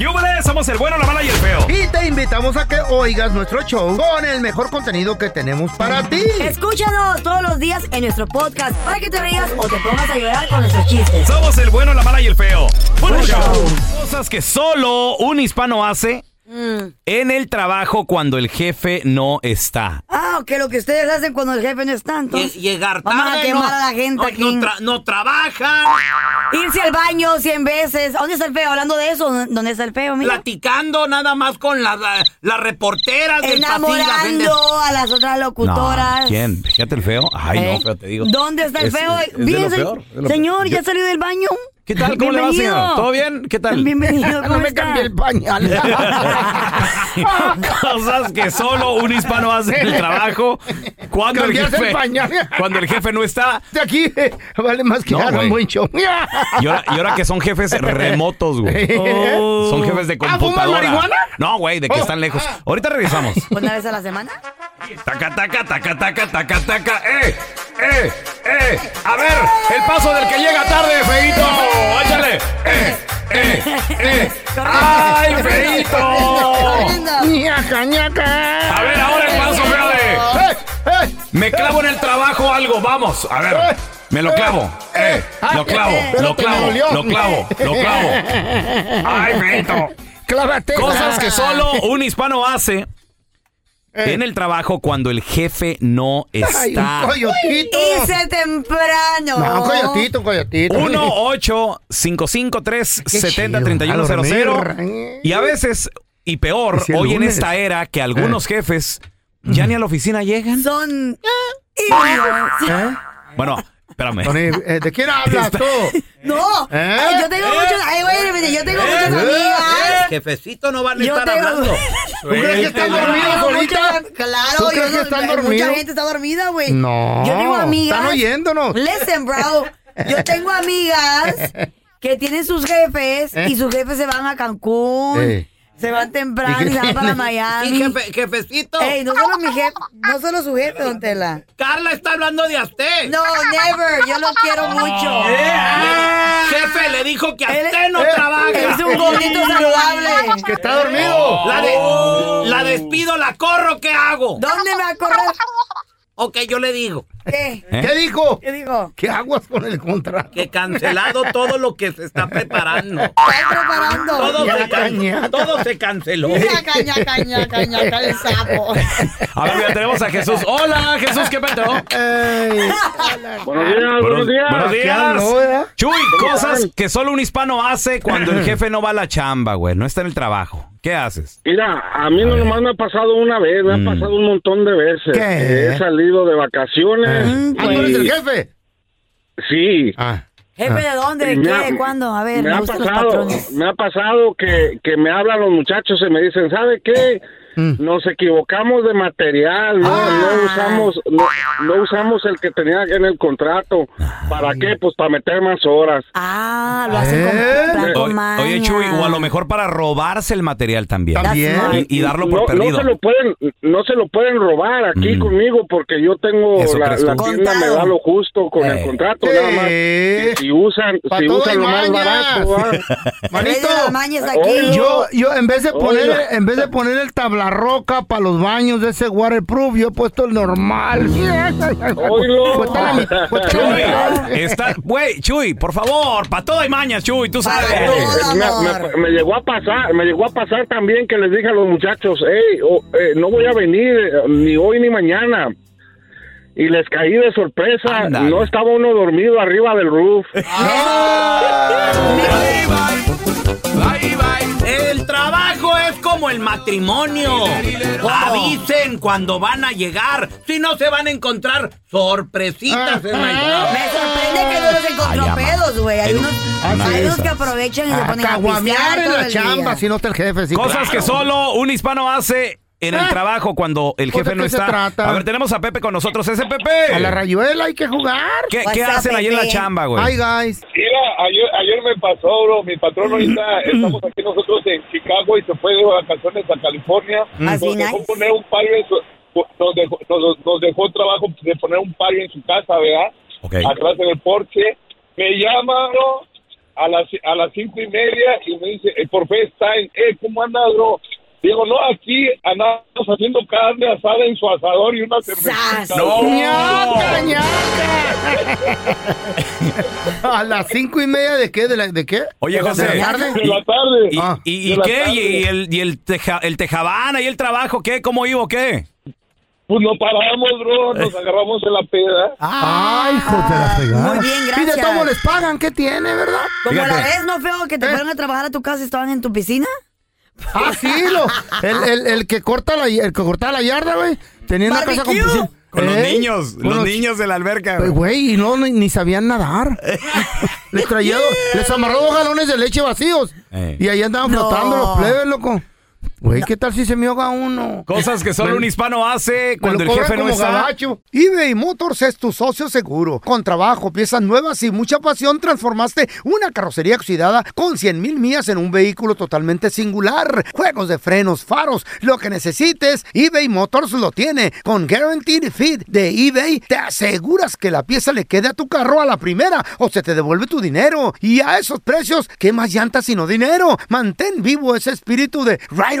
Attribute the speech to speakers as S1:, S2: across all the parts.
S1: ¡Yúbales! Somos el bueno, la mala y el feo.
S2: Y te invitamos a que oigas nuestro show con el mejor contenido que tenemos para ti.
S3: Escúchanos todos los días en nuestro podcast para que te rías o te pongas a llorar con nuestros chistes.
S1: Somos el bueno, la mala y el feo. Bueno, Cosas que solo un hispano hace en el trabajo cuando el jefe no está.
S3: Ah, que lo que ustedes hacen cuando el jefe no está, entonces.
S1: Llegar tarde.
S3: Vamos a quemar
S1: no-
S3: a la gente
S1: no-
S3: aquí.
S1: No, tra- no trabaja.
S3: Irse al baño 100 veces. ¿Dónde está el feo? Hablando de eso, ¿dónde está el feo, mira?
S4: Platicando nada más con las las reporteras del pasillo. las vendes-
S3: Enamorando a las otras locutoras.
S1: No, ¿Quién? Fíjate el feo. Ay,
S3: ¿Eh?
S1: no, feo, te digo.
S3: ¿Dónde está el
S1: Es-
S3: feo?
S1: es de lo
S3: Bien, se-
S1: peor, es de lo
S3: señor,
S1: peor.
S3: ¿ya salió del baño?
S1: ¿Qué tal? ¿Cómo le va,
S3: Bienvenido.
S1: señor? ¿Todo bien? ¿Qué tal?
S3: Bienvenido, ¿cómo
S2: No me
S3: está?
S2: cambié el pañal.
S1: Cosas que solo un hispano hace en el trabajo cuando el
S2: Cambiarse el
S1: jefe,
S2: pañal.
S1: cuando el jefe no está.
S2: De aquí eh, vale más que
S1: No,
S2: dar un
S1: güey.
S2: buen show.
S1: Y ahora, y ahora que son jefes remotos, güey. Son jefes Oh. Pues de
S2: ¿Ah, fuman
S1: computadora.
S2: marihuana?
S1: no, güey, de que
S2: Oh.
S1: están lejos. Ahorita regresamos.
S3: ¿Una vez a la semana?
S1: Taca, taca, taca, taca, taca, taca. ¡Eh! ¡Eh! ¡Eh! A ver, el paso del que llega tarde, feito. Échale. ¡Eh! ¡Eh! ¡Eh! ¡Ay, feito!
S2: ¡Ñaca, ñaca!
S1: A ver, ahora el paso, fíjate.
S2: ¡Eh, eh!
S1: Me clavo en el trabajo algo, vamos. A ver. Me lo clavo. Eh, lo clavo, lo
S2: Espérate, me
S1: clavo,
S2: dolió.
S1: lo clavo, lo clavo. Ay, feito.
S2: ¡Clávate!
S1: Cosas que solo un hispano hace en el trabajo cuando el jefe no
S2: Eh. ¡Ay, un
S1: está.
S2: coyotito!
S3: Hice temprano.
S2: No, un coyotito, un coyotito.
S1: 1 8 5 5 3 70 31 0 0 Y a veces, y peor,
S2: Es el
S1: hoy en
S2: lunes. Eh.
S1: esta era que algunos jefes ya ni a la oficina llegan.
S3: Son... idiotas.
S2: ¿Eh?
S1: Bueno, espérame.
S2: Tony, eh, ¿De quién hablas
S1: Está-
S2: tú?
S3: No,
S2: ¿Eh?
S3: ay, yo tengo muchos... Ay, güey, espérate, yo tengo muchas
S4: Eh,
S3: amigas.
S4: Jefecito no van a
S3: Yo
S4: estar
S3: tengo-
S4: hablando.
S2: ¿Tú crees que están
S3: Yo tengo
S2: dormidos
S3: muchas-
S2: ahorita?
S3: Claro,
S2: ¿Tú
S3: yo
S2: crees que
S3: no-
S2: están
S3: Mucha
S2: dormidos?
S3: gente está dormida, güey.
S2: No.
S3: Yo tengo amigas...
S2: Están oyéndonos.
S3: Listen, bro. Yo tengo amigas que tienen sus jefes y sus jefes se van a Cancún.
S4: Eh.
S2: Ey.
S3: Se van temprano y se van para
S4: Sí,
S3: Miami.
S4: jefe- jefecito.
S3: Ey, no solo mi jefe, no solo su jefe, don Tela.
S4: Carla está hablando de a usted.
S3: No, never, yo lo quiero mucho.
S4: Le- Jefe le dijo que a
S3: Él-
S4: usted no
S2: eh,
S4: trabaja.
S3: Es un gordito saludable.
S2: ¡Que está dormido! Oh.
S4: La, de- la despido, la corro, ¿qué hago?
S3: ¿Dónde me va a correr?
S4: Ok, yo le digo
S3: ¿Qué?
S1: ¿Eh?
S2: ¿Qué dijo?
S3: ¿Qué digo?
S2: ¿Qué aguas con el contrato?
S4: que cancelado todo lo que se está preparando.
S3: Estás preparando.
S4: Todo, se,
S2: Ñaca,
S4: can-
S2: ñaca.
S4: todo se canceló.
S3: Ñaca, ñaca, ñaca, ñaca, el sapo.
S1: A ver, mira, tenemos a Jesús. Hola, Jesús, ¿qué peteo?
S2: ¡Ey!
S5: Buenos días, buenos, días.
S1: Buenos
S2: ¿Qué
S1: días.
S2: habló, verdad?
S1: Chuy, cosas que solo un hispano hace cuando el jefe no va a la chamba, güey. No está en el trabajo. ¿Qué haces?
S5: Mira, a mí no nomás me ha pasado una vez, me
S1: Mm.
S5: ha pasado un montón de veces.
S2: ¿Qué?
S5: He salido de vacaciones.
S2: ¿Ah, tú eres el jefe?
S5: Sí.
S2: Ah.
S3: ¿Jefe de dónde?
S5: Me ha-
S3: ¿Qué? ¿Cuándo? A ver,
S5: me
S3: me
S5: ha
S3: gustan los
S5: pasado,
S3: patrones.
S5: me ha pasado que, que me hablan los muchachos y me dicen, ¿sabe qué?
S2: Mm.
S5: nos equivocamos de material, no,
S2: Ah.
S5: No usamos no, no usamos el que tenía en el contrato. ¿Para qué? Pues para meter más horas.
S3: Ah, lo hacen
S2: Eh,
S3: con
S1: O-
S3: Franco
S1: Oye, Chuy, o a lo mejor para robarse el material también.
S2: También.
S1: Y, y darlo por
S5: no,
S1: perdido. Mm.
S5: No se lo pueden, no se lo pueden robar aquí conmigo porque yo tengo
S1: Eso
S5: la,
S1: crees
S5: la
S1: tú.
S5: tienda me da lo justo con
S1: Eh.
S5: el contrato
S2: Sí.
S5: nada más. Y si usan,
S2: Pa'
S5: si
S2: todo
S5: usan
S2: hay
S5: lo más
S2: mañas.
S5: barato, ¿va?
S3: Manito.
S2: Manito.
S3: las mañas aquí.
S5: Oye,
S2: Yo, yo en vez de poner,
S5: Oiga.
S2: en vez de poner el tablarroca para los baños de ese waterproof, yo he puesto el normal.
S5: Oilo.
S2: Cuesta la mi- cuesta la
S1: Chuy,
S2: mitad.
S1: está, güey, Chuy, por favor, para todo hay mañas, Chuy, tú sabes.
S3: todo.
S5: Me, me- me llegó a pasar, me llegó a pasar también que les dije a los muchachos, hey, oh, eh, no voy a venir eh, ni hoy ni mañana. Y les caí de sorpresa,
S1: Ándale.
S5: no estaba uno dormido arriba del roof.
S2: Ah.
S1: Bye, bye. Bye, bye. El trabajo es como el matrimonio. Avisen cuando van a llegar. Si no, se van a encontrar sorpresitas en
S3: Ah.
S1: la
S3: Me sorprende que no los encontró pedos, güey. Hay
S1: En
S3: unos,
S1: una
S3: hay
S1: de
S3: unos
S1: esas.
S3: que aprovechan y se
S2: Ah,
S3: ponen a pistear
S2: Caguamear en
S3: todo
S2: la
S3: el
S2: chamba,
S3: día.
S2: si no está el jefe. sí,
S1: Cosas que
S2: claro.
S1: solo un hispano hace en el
S2: Ah.
S1: trabajo cuando el
S2: Pues,
S1: jefe
S2: ¿de
S1: no
S2: qué se
S1: está.
S2: trata?
S1: A ver, tenemos a Pepe con nosotros. Ese Pepe.
S2: A la rayuela hay que jugar.
S1: ¿Qué,
S3: What's
S1: qué
S3: up,
S1: hacen ahí en la
S3: Pepe?
S1: chamba,
S2: Ay,
S1: güey?
S2: guys.
S6: Mira, ayer, ayer me pasó, bro, mi patrón ahorita, estamos aquí nosotros en Chicago y se fue de vacaciones a California.
S3: Ah,
S6: Nos
S3: sí,
S6: dejó
S3: nice.
S6: poner un par en su- nos dejó, nos- nos dejó trabajo de poner un par en su casa, ¿verdad?
S1: Ok.
S6: Atrás en el porche. Me llama, bro, a las, a las cinco y media y me dice, eh, por FaceTime, eh, ¿cómo andas, bro? Digo, no, aquí andamos haciendo carne asada en su asador y una cerveza.
S3: ¡Sas!
S1: No.
S2: ¡Ñaca, ñaca! ¿A las cinco y media de qué? ¿De, la- de qué?
S1: Oye,
S2: ¿De la
S1: José.
S2: tarde?
S6: De la tarde.
S1: ¿Y,
S2: Ah.
S1: y- y
S6: De la
S1: qué? ¿Y,
S6: tarde.
S1: y el, y el, teja- el tejabán ahí el trabajo? ¿Qué? ¿Cómo iba o qué? Eh.
S6: Pues no paramos, bro, nos agarramos en la peda.
S2: ¡Ay, hijo de la fregada!
S3: Muy bien,
S2: Y de
S3: gracias.
S2: todo les pagan, ¿qué tiene, verdad?
S3: Como la
S1: Fíjate.
S3: vez, ¿no, feo? Que te
S2: Eh.
S3: fueron a trabajar a tu casa y estaban en tu piscina.
S2: Ah, sí, lo- el, el- el que corta la, el que corta la yarda, güey. Tenía una casa con
S3: Barbecue.
S2: piscina.
S1: Con los
S2: Ey,
S1: niños,
S2: con
S1: los niños de la alberca.
S2: Pues,
S1: güey.
S2: Güey, y no, ni, ni sabían nadar. les traía, dos- les amarró dos galones de leche vacíos.
S1: Ey.
S2: Y ahí andaban
S3: No.
S2: flotando los plebes, loco. Güey, ¿qué tal si se me ahoga uno?
S1: Cosas que solo un hispano hace cuando el jefe no está.
S2: eBay Motors es tu socio seguro. Con trabajo, piezas nuevas y mucha pasión, transformaste una carrocería oxidada con 100 mil millas en un vehículo totalmente singular. Juegos de frenos, faros, lo que necesites, eBay Motors lo tiene. Con Guaranteed Fit de eBay, te aseguras que la pieza le quede a tu carro a la primera o se te devuelve tu dinero. Y a esos precios, ¿qué más llantas sino dinero? Mantén vivo ese espíritu de Ride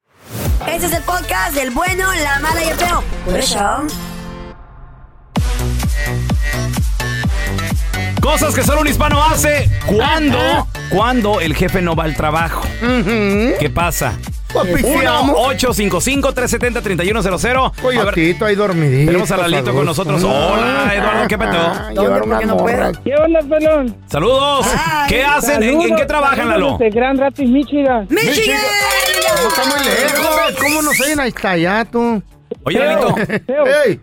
S3: Este es el podcast del bueno, la mala y el feo. Por eso.
S1: Cosas que solo un hispano hace cuando, cuando el jefe no va al trabajo. ¿Qué pasa?
S2: Pisteamos.
S1: 1-855-370-3100. A ver,
S2: Coyotito ahí dormidito.
S1: tenemos a Lalito con nosotros. Hola, Eduardo, ¿qué
S2: Ah,
S1: peteo?
S2: llevar
S3: ¿Dónde? ¿Por
S2: una
S3: qué no
S2: morra.
S7: ¿Qué onda, pelón?
S1: Saludos.
S3: Ay,
S1: ¿Qué hacen? ¿En, en qué trabajan, Lalo?
S7: De Grand Rapids, Michigan.
S3: ¡Michigan!
S2: No, está muy lejos. ¿Cómo nos oyen ahí está ya, tú?
S1: Oye, Lalito.
S7: Feo.
S2: ¡Ey!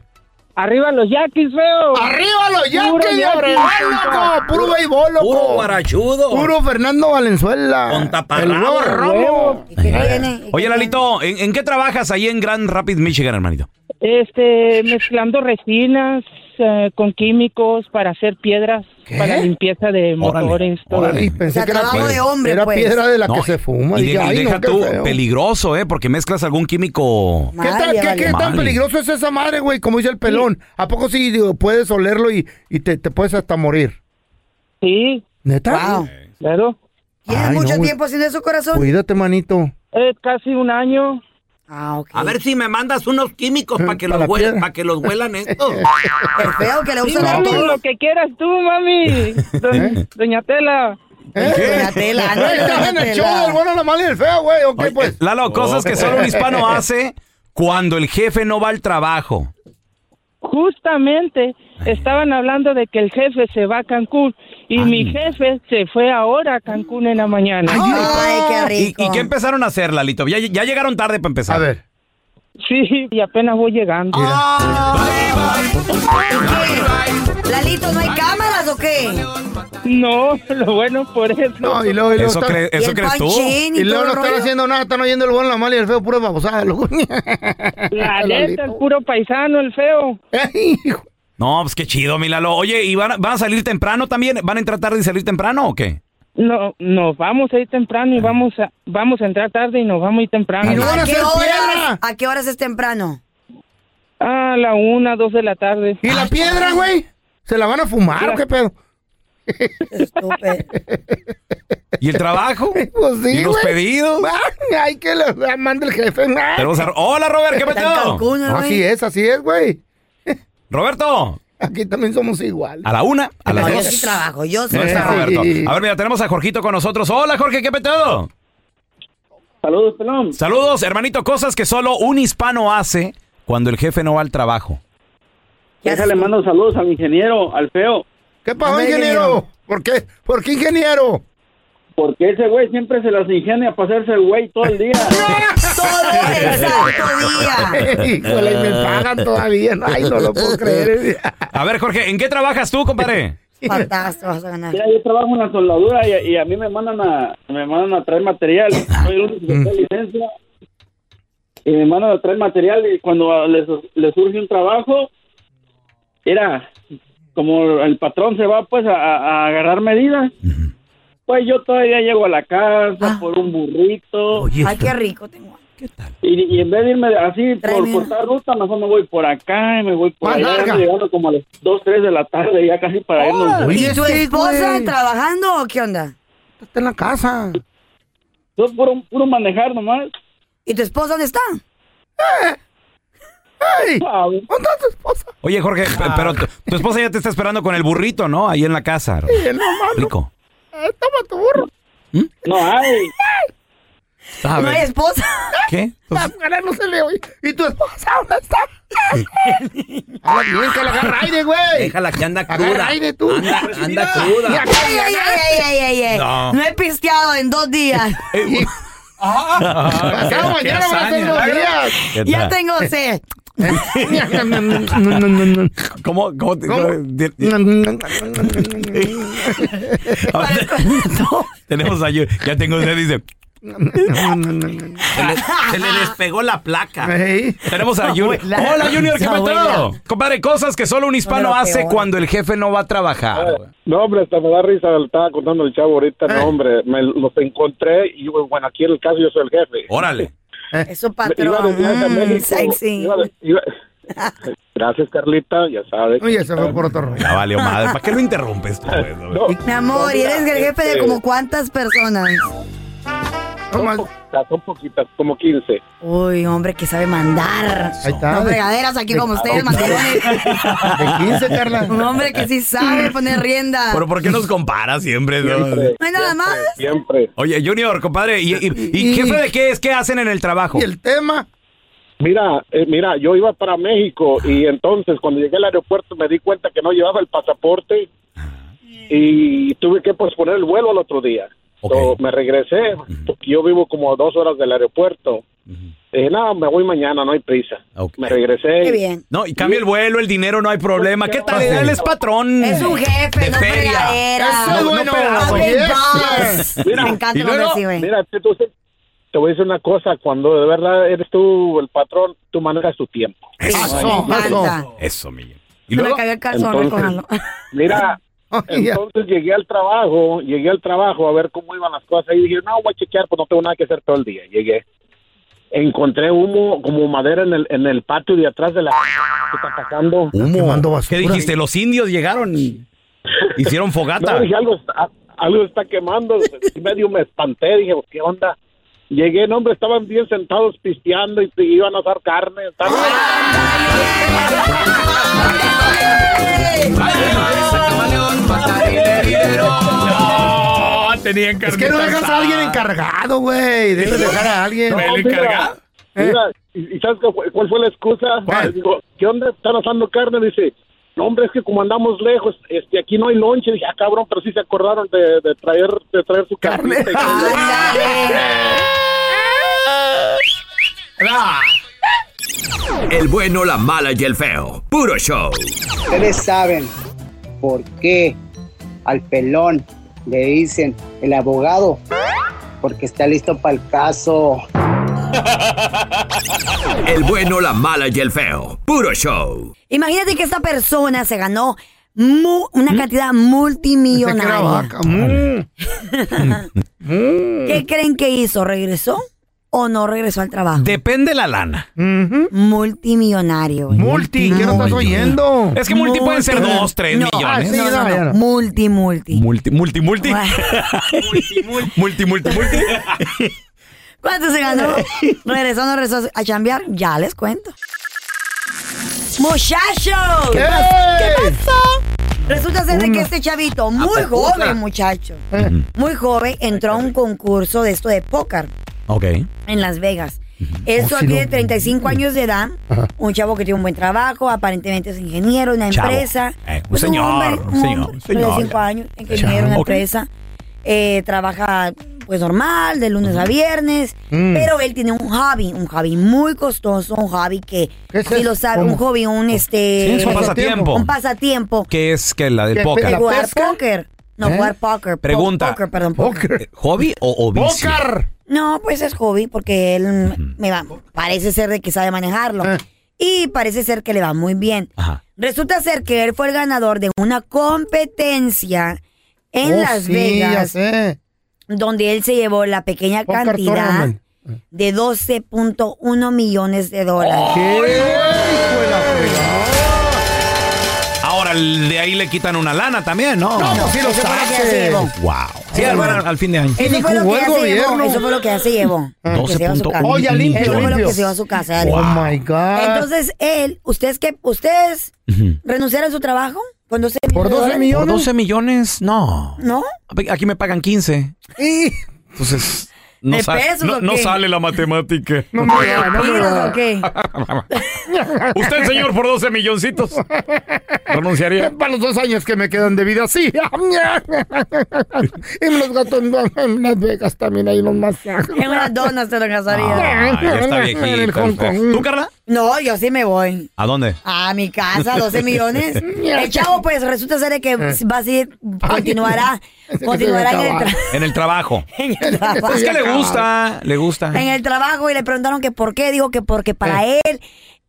S7: Arriba los Yaquis, feo.
S2: ¡Arriba los
S7: Puro
S2: Yankees de
S7: Yankees.
S2: Obregón, loco! ¡Puro béisbol, loco!
S1: guarachudo.
S2: Puro Fernando Valenzuela.
S1: Con taparrabos.
S2: El huevo Romo.
S3: ¿Y qué tiene? ¿Y qué
S1: Oye,
S3: tiene?
S1: Lalito, ¿en, en qué trabajas ahí en Grand Rapids, Michigan, hermanito?
S7: Este, mezclando resinas, eh, con químicos para hacer piedras, para limpieza de motores, todo.
S2: Órale, pensé que era piedra- era piedra de la que se fuma.
S1: Y, de-
S2: dije,
S1: y
S2: "Ay, no,
S1: deja
S2: qué
S1: tú,
S2: feo".
S1: peligroso, ¿eh? Porque mezclas algún químico.
S2: ¿Qué, tan- qué- qué
S1: Mal.
S2: tan peligroso es esa madre, güey? Como dice el pelón. ¿A poco sí digo, puedes olerlo y, y te, te puedes hasta morir?
S7: Sí.
S2: ¿Neta?
S7: Claro.
S2: ¿Tienes
S3: mucho tiempo haciendo eso, corazón?
S2: Cuídate, manito.
S7: Eh, casi un año.
S3: Ah, ok.
S8: A ver si me mandas unos químicos para que,
S2: Para
S8: los
S2: la
S8: huel-
S2: piedra.
S8: pa' que los huelan esto.
S3: feo que le
S7: Sí,
S3: usen a
S7: mami,
S3: todos.
S2: pues.
S7: lo que quieras tú, mami. Do-
S2: ¿Eh?
S7: Doña Tela.
S3: Doña Tela, no,
S2: Estás en
S3: Doña
S2: el show
S3: Tela.
S2: del bueno, la mala y el feo, güey. ¿O qué, pues?
S1: Lalo, cosas que solo un hispano hace cuando el jefe no va al trabajo.
S7: Justamente estaban hablando de que el jefe se va a Cancún y mi jefe se fue ahora a Cancún en la mañana.
S3: Ay, qué
S1: ¿Y,
S3: rico.
S1: y qué empezaron a hacer, Lalito? Ya, ya llegaron tarde para empezar.
S2: A ver.
S7: Sí, y apenas voy llegando.
S2: Ah.
S3: Lalito, ¿no hay cámaras o qué?
S7: No, lo bueno por eso.
S2: No, y luego, y luego
S1: ¿Eso,
S2: están-
S1: cre-
S3: ¿Y
S1: eso
S3: el
S1: crees tú?
S3: panchín y
S2: y luego no
S3: todo el
S2: están
S3: rollo?
S2: haciendo nada, están oyendo el bueno, la mala y el feo, pura babosada, loco.
S7: La
S2: Lalito.
S7: neta, el puro paisano, el feo.
S2: Ey, hijo.
S1: No, pues qué chido, mi Lalo. Oye, ¿y van, a- van a salir temprano también? ¿Van a entrar tarde y salir temprano o qué?
S7: No, nos vamos a ir temprano y vamos a, vamos a entrar tarde y nos vamos a ir temprano.
S2: Y no van a
S3: ¿A qué,
S2: hacer
S3: horas,
S2: piedra.
S3: ¿A qué horas es temprano?
S7: A la una, dos de la tarde.
S2: ¿Y la piedra, güey? ¿Se la van a fumar o qué pedo?
S3: Estúpido.
S1: ¿Y el trabajo?
S2: Pues sí,
S1: ¿Y los
S2: güey.
S1: pedidos?
S2: Ay, que la la manda el jefe. ay.
S1: Tenemos a- Hola, Robert, ¿qué
S3: Está en
S1: pasó?
S3: Cancún, ¿no, güey?
S2: Así es, así es, güey.
S1: Roberto,
S2: Aquí también somos iguales.
S1: a la una, a las
S3: No, yo
S1: dos.
S3: sí trabajo, yo sí
S1: No está
S2: Sí.
S3: trabajo.
S1: Roberto. A ver, mira, tenemos a Jorgito con nosotros. Hola, Jorge, ¿qué peteo?
S7: Saludos, pelón.
S1: Saludos, hermanito. Cosas que solo un hispano hace cuando el jefe no va al trabajo.
S3: ¿Qué haces tú?
S7: mando saludos al ingeniero, al feo,
S2: ¿Qué pasó,
S3: Hombre,
S2: ingeniero?
S3: ingeniero.
S2: ¿Por qué? ¿Por qué, ingeniero?
S7: porque ese güey siempre se las ingenia para hacerse güey todo el día.
S3: Todo el santo día.
S2: Híjole, y me pagan todavía. Ay, no lo puedo creer.
S1: A ver, Jorge, ¿en qué trabajas tú, compadre?
S3: Fantástico, vas a ganar.
S7: Mira, yo trabajo en la soldadura y, y a mí me mandan a me mandan a traer material. Soy el único que tiene licencia y me mandan a traer material y cuando les, les surge un trabajo, era como el patrón se va pues a, a- a agarrar medidas. Pues yo todavía llego a la casa
S3: Ah.
S7: por un burrito
S3: Ay, qué rico tengo.
S7: y, y en vez de irme así
S3: Trae
S7: por
S3: miedo.
S7: cortar ruta, mejor me voy por acá y me voy por
S2: Más
S7: allá.
S2: larga.
S7: Ando Llegando como a las 2, 3 de la tarde ya casi para irnos.
S3: ¿Y
S2: es
S3: tu
S2: que,
S3: esposa
S2: güey,
S3: trabajando o qué onda?
S2: este, pues. Está en la casa.
S7: Eso es puro, puro manejar nomás.
S3: ¿Y tu esposa dónde está?
S2: Eh, ¡Ey!
S6: Ah,
S7: Wow.
S2: ¿Dónde está tu esposa?
S1: Oye, Jorge, pe- pero tu, tu esposa ya te está esperando con el burrito, ¿no? Ahí en la casa. Rico.
S2: Eh, toma tu burro.
S7: No hay.
S1: A
S3: No hay
S1: ver,
S3: esposa.
S1: ¿Qué?
S2: La cara no se le oye. ¿Y tu esposa dónde está? Ahora bien que le agarra aire, güey.
S8: Déjala que anda
S2: Agarra
S8: cruda.
S2: aire tú. Pues
S8: Anda, anda
S2: Y
S8: cruda.
S2: acá,
S3: Ay, ay, ay, ay, ay, ay, ay.
S1: No.
S3: No. he pisteado en dos días.
S2: acá mañana van a ser
S1: hazaña.
S2: los días.
S1: ¿Qué
S3: ya
S1: tal?
S3: tengo sed.
S1: ¿Cómo? ¿Cómo? te- te- Tenemos a Ya tengo sed, dice.
S8: Se le, se le despegó la placa.
S2: Ey.
S1: Tenemos a Junior. Hola, Junior, ¿qué
S3: Esa
S1: peteo?
S3: abuela.
S1: Compadre, cosas que solo un hispano
S3: Pero
S1: hace
S3: peor.
S1: cuando el jefe no va a trabajar.
S6: No, hombre, hasta me da risa, lo estaba contando el chavo ahorita,
S2: Eh.
S6: no, hombre, me los encontré y bueno, aquí en el caso yo soy el jefe.
S1: Órale.
S3: Eso
S6: Iba de
S3: patrón.
S6: viaje a
S3: Mm,
S6: México,
S3: sexy.
S6: iba de- iba- eh, Gracias, Carlita, ya sabes.
S2: Oye, se fue por otro rollo.
S1: Ya valió Ah, madre. ¿Para qué lo interrumpes tú? pues? güey?
S3: Mi amor, ¿y eres el jefe
S6: este
S3: de como cuántas personas?
S2: No más.
S6: Ya Son poquitas, como 15.
S3: Uy, hombre, que sabe mandar.
S2: Ahí está.
S3: No
S2: De,
S3: fregaderas aquí como ustedes, mandilones.
S2: de 15,
S3: Un
S2: Carla.
S3: hombre que sí sabe poner rienda.
S1: Pero ¿por qué nos comparas siempre? no?
S6: Siempre,
S3: ¿No hay nada más?
S6: siempre.
S1: Oye, Junior, compadre, ¿y, y- y jefe de qué es? ¿Qué hacen en el trabajo?
S2: Y el tema.
S6: Mira, eh, mira, yo iba para México y entonces cuando llegué al aeropuerto me di cuenta que no llevaba el pasaporte y tuve que posponer el vuelo al otro día.
S1: Ok.
S6: So, me regresé, porque yo vivo como a dos horas del aeropuerto. Dije, no, me voy mañana, no hay prisa.
S1: Ok.
S6: Me regresé.
S3: Qué bien.
S1: No, y cambia el vuelo, el dinero, no hay problema.
S6: Pues,
S1: ¿Qué tal?
S2: Pues,
S1: Él es patrón.
S3: Es un jefe,
S1: De
S3: no
S1: feria.
S3: fregadera.
S2: Eso es
S1: no,
S2: bueno.
S1: pedazo.
S2: Oye,
S3: Abre
S2: yes.
S3: bars.
S6: Mira,
S3: Me encanta
S1: y luego,
S3: cuando así, güey.
S6: Mira, tú- tú- te voy a decir una cosa, cuando de verdad eres tú el patrón, tú manejas tu tiempo.
S3: Sí,
S2: Eso,
S3: me encanta.
S1: Eso, mi.
S3: ¿Y luego? Me cayó el calzón al
S6: Entonces, Mira, entonces llegué al trabajo, llegué al trabajo a ver cómo iban las cosas y dije, no, voy a chequear, pues no tengo nada que hacer todo el día. Llegué, encontré humo como madera en el, en el patio de atrás de la... ¿Qué está pasando?
S1: ¿Qué dijiste? Los indios llegaron y hicieron fogata.
S6: No, dije, algo está, algo está quemando. Y medio me espanté, dije, "Pues, ¿qué onda? Llegué, no, hombre, estaban bien sentados pisteando y, y iban a asar carne. Estaban...
S1: No, tenían
S2: Es que no dejas a alguien encargado, güey. Debes dejar a alguien.
S6: No, mira, mira, ¿y y sabes qué fue- cuál fue la excusa? Le Digo, ¿qué onda? ¿Están asando carne? Dice, no, hombre, es que como andamos lejos, este, aquí no hay lonche. Dije, ah, cabrón, pero sí se acordaron de, de traer, de traer su carne.
S2: ¡Ah!
S9: El bueno, la mala y el feo. Puro show.
S10: Ustedes saben por qué al pelón le dicen el abogado, porque está listo para el caso.
S9: El bueno, la mala y el feo. Puro show.
S3: Imagínate que esta persona se ganó mu-
S2: ¿Mm?
S3: una cantidad multimillonaria.
S1: Mm.
S3: ¿Qué creen que hizo? ¿Regresó o no regresó al trabajo?
S1: Depende la lana.
S3: Multimillonario.
S2: Multi, ¿qué no estás oyendo? Ah,
S1: Es que multi pueden ser dos, tres millones.
S3: No, no, no. Multi, multi.
S1: Multi, multi, multi. multi, multi, multi.
S3: ¿Cuánto se ganó? ¿Regresó o no regresó a chambear? Ya les cuento. ¡Muchachos! ¿Qué, pas- qué pasó? Resulta ser de que este chavito, muy
S4: Apacusa.
S3: joven, muchacho, muy joven, entró a un concurso de esto de póker
S1: Ok.
S3: en Las Vegas. Esto
S1: Oh, sí,
S3: aquí
S1: no.
S3: de 35 años de edad, un chavo que tiene un buen trabajo, aparentemente es ingeniero en una
S1: Chavo.
S3: empresa.
S1: Eh, un
S3: Pues
S1: señor,
S3: hombre,
S1: un señor, un señor.
S3: 35 años, ingeniero en
S1: Chavo.
S3: una
S1: Ok.
S3: empresa. Eh, trabaja pues normal, de lunes a viernes,
S4: Mm.
S3: pero él tiene un hobby, un hobby muy costoso, un hobby que, si lo sabe, un hobby, un este...
S1: Sí, es un pasatiempo.
S3: Un pasatiempo.
S1: ¿Qué es que la del
S3: Que-
S1: póker?
S3: que Jugar póker. No,
S1: ¿Eh?
S3: jugar póker. po-
S1: Pregunta.
S3: Póker, perdón. Póker.
S1: Eh, ¿Hobby o, o vicio?
S3: No, pues es hobby porque él mm, me va, parece ser de que sabe manejarlo. Y parece ser que le va muy bien.
S1: Ajá.
S3: Resulta ser que él fue el ganador de una competencia en
S2: Oh,
S3: Las
S2: sí, ya
S3: Vegas,
S2: sé.
S3: donde él se llevó la pequeña
S2: Poker
S3: cantidad
S2: tournament.
S3: de 12.1 millones de dólares.
S1: Ahora, el de ahí le quitan una lana también, ¿no?
S3: No, no, sí, lo que pasa es que ya se llevó.
S1: Wow. Sí, al, al fin de año.
S3: Eso fue, lo que ya se llevó, eso fue lo que ya se llevó.
S2: Ah.
S3: Que se llevó a su casa.
S1: 12.1. Oh, ya limpio,
S3: Eso fue lo
S1: limpio.
S3: que se llevó a su casa. ya
S2: Oh
S3: limpio.
S2: my God.
S3: Entonces él, ustedes que ustedes renunciaron a su trabajo con 12 millones. de dólares?
S1: Por 12 millones, no.
S3: ¿No?
S1: Aquí me pagan 15. Entonces, no,
S3: ¿De
S1: sa-
S3: pesos
S1: no-
S3: o
S1: no
S3: qué?
S1: sale la matemática.
S2: No
S3: me da, no me da.
S1: Usted, señor, por 12 milloncitos. Renunciaría.
S2: Para los dos años que me quedan de vida, sí. y me los gato en, en Las Vegas también, ahí los masajes.
S3: En unas donas te lo casaría.
S1: Ah, ya está
S2: En el
S1: viejito.
S2: Hong Kong.
S1: ¿Tú, Carla?
S3: Mm. No, yo sí me voy.
S1: ¿A dónde?
S3: A mi casa, 12 millones. El chavo, pues, resulta ser que
S1: Ah.
S3: va a seguir, continuará, continuará en el, tra-
S1: En el trabajo.
S3: en el trabajo.
S1: Es que le gusta, le gusta.
S3: En el trabajo y le preguntaron que por qué, dijo que porque para
S1: Eh.
S3: él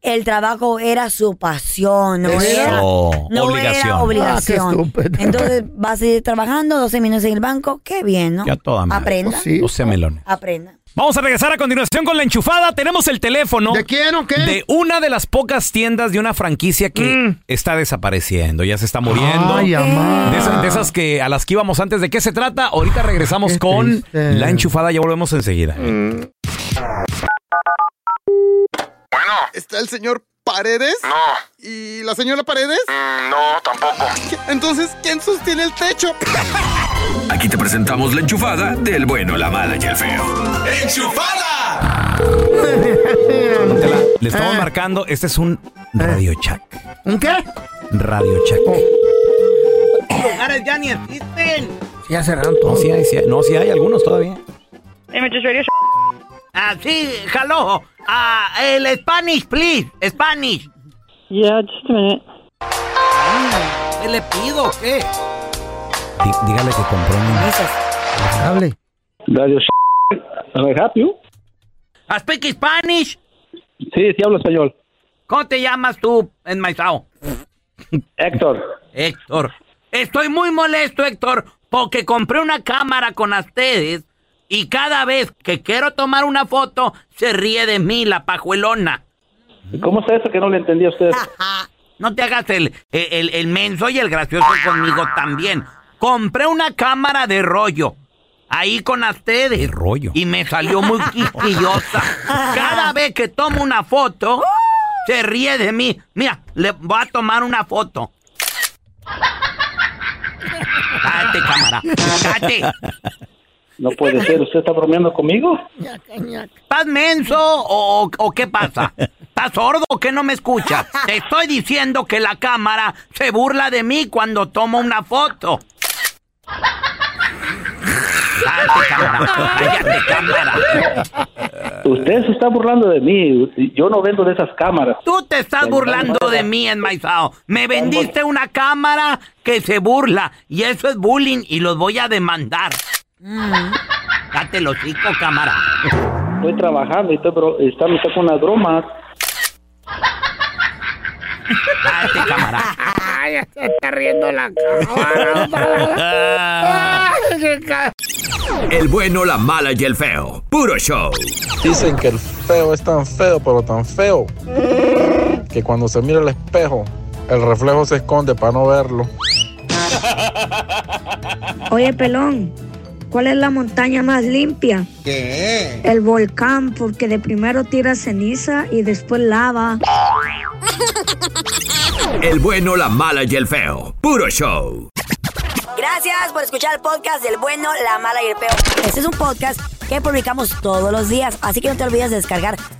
S3: el trabajo era su pasión, no ¿eh? era
S1: Eso.
S11: Oh.
S3: no
S1: Obligación.
S3: Era obligación.
S1: Ah, qué estúpido.
S3: Entonces va a seguir trabajando 12 minutos en el banco. Qué bien, ¿no?
S1: Ya toda madre.
S3: Aprenda.
S1: Pues sí. 12 melones.
S3: Aprenda.
S1: Vamos a regresar a continuación con la enchufada. Tenemos el teléfono. ¿De quién o qué? De una de las pocas tiendas de una franquicia que está desapareciendo, ya se está muriendo.
S2: Mm. Ay, amá.
S1: de, esas, de esas que a las que íbamos antes. ¿De qué se trata? Ahorita regresamos
S2: Qué
S1: con
S2: triste.
S1: la enchufada. Ya volvemos enseguida.
S11: Bueno. ¿Está el señor Paredes? No. ¿Y la señora Paredes? no, tampoco. Entonces, ¿quién sostiene el techo?
S9: Aquí te presentamos la enchufada del bueno, la mala y el feo.
S1: Le estamos marcando. Este es un radio chat.
S2: ¿Un qué?
S1: Radio chat.
S8: lugares ya ni existen.
S1: Ya cerraron todos. No, sí hay, sí hay. No, sí hay algunos todavía.
S8: Ah, sí, jaló. Ah, el Spanish, please. Spanish.
S12: Yeah, just a minute.
S4: Mm,
S8: ¿Qué le pido? ¿Qué?
S1: Dí- dígale que compró un-
S2: Hable.
S13: Radio ¿Me help you?
S8: I speak Spanish.
S13: Sí, sí hablo español.
S8: ¿Cómo te llamas tú, enmaizao?
S13: Héctor.
S4: Héctor. Estoy muy molesto, Héctor, porque compré una cámara con ustedes y cada vez que quiero tomar una foto se ríe de mí la pajuelona.
S13: ¿Cómo está eso que no le entendí a usted?
S4: No te hagas el, el, el menso y el gracioso conmigo también. Compré una cámara de rollo. Ahí con ustedes. De rollo. Y me salió muy quisquillosa. Cada vez que tomo una foto, se ríe de mí. Mira, le voy a tomar una foto. Cállate, cámara. Cállate.
S13: No puede ser, ¿usted está bromeando conmigo?
S4: ¿Estás menso o, o qué pasa? ¿Estás sordo o qué no me escuchas? Te estoy diciendo que la cámara se burla de mí cuando tomo una foto. Cállate, cámara. Cállate, cámara.
S13: Usted se está burlando de mí, yo no vendo de esas cámaras.
S4: Tú te estás burlando de mí, enmaizao. Me vendiste una cámara que se burla y eso es bullying y los voy a demandar.
S3: Mm.
S4: Cállate los hocico, cámara.
S13: Estoy trabajando y estoy, bro- está, me está con las bromas.
S4: Cállate, cámara.
S2: Ay, ya se está riendo la cámara. Ay, qué ca-
S9: El bueno, la mala y el feo. Puro show.
S14: Dicen que el feo es tan feo, pero tan feo, que cuando se mira el espejo, el reflejo se esconde para no verlo.
S12: Oye, pelón, ¿cuál es la montaña más limpia? ¿Qué? El volcán, porque de primero tira ceniza y después lava.
S9: El bueno, la mala y el feo. Puro show.
S3: Gracias por escuchar el podcast del bueno, la mala y el peor. Este es un podcast que publicamos todos los días, así que no te olvides de descargar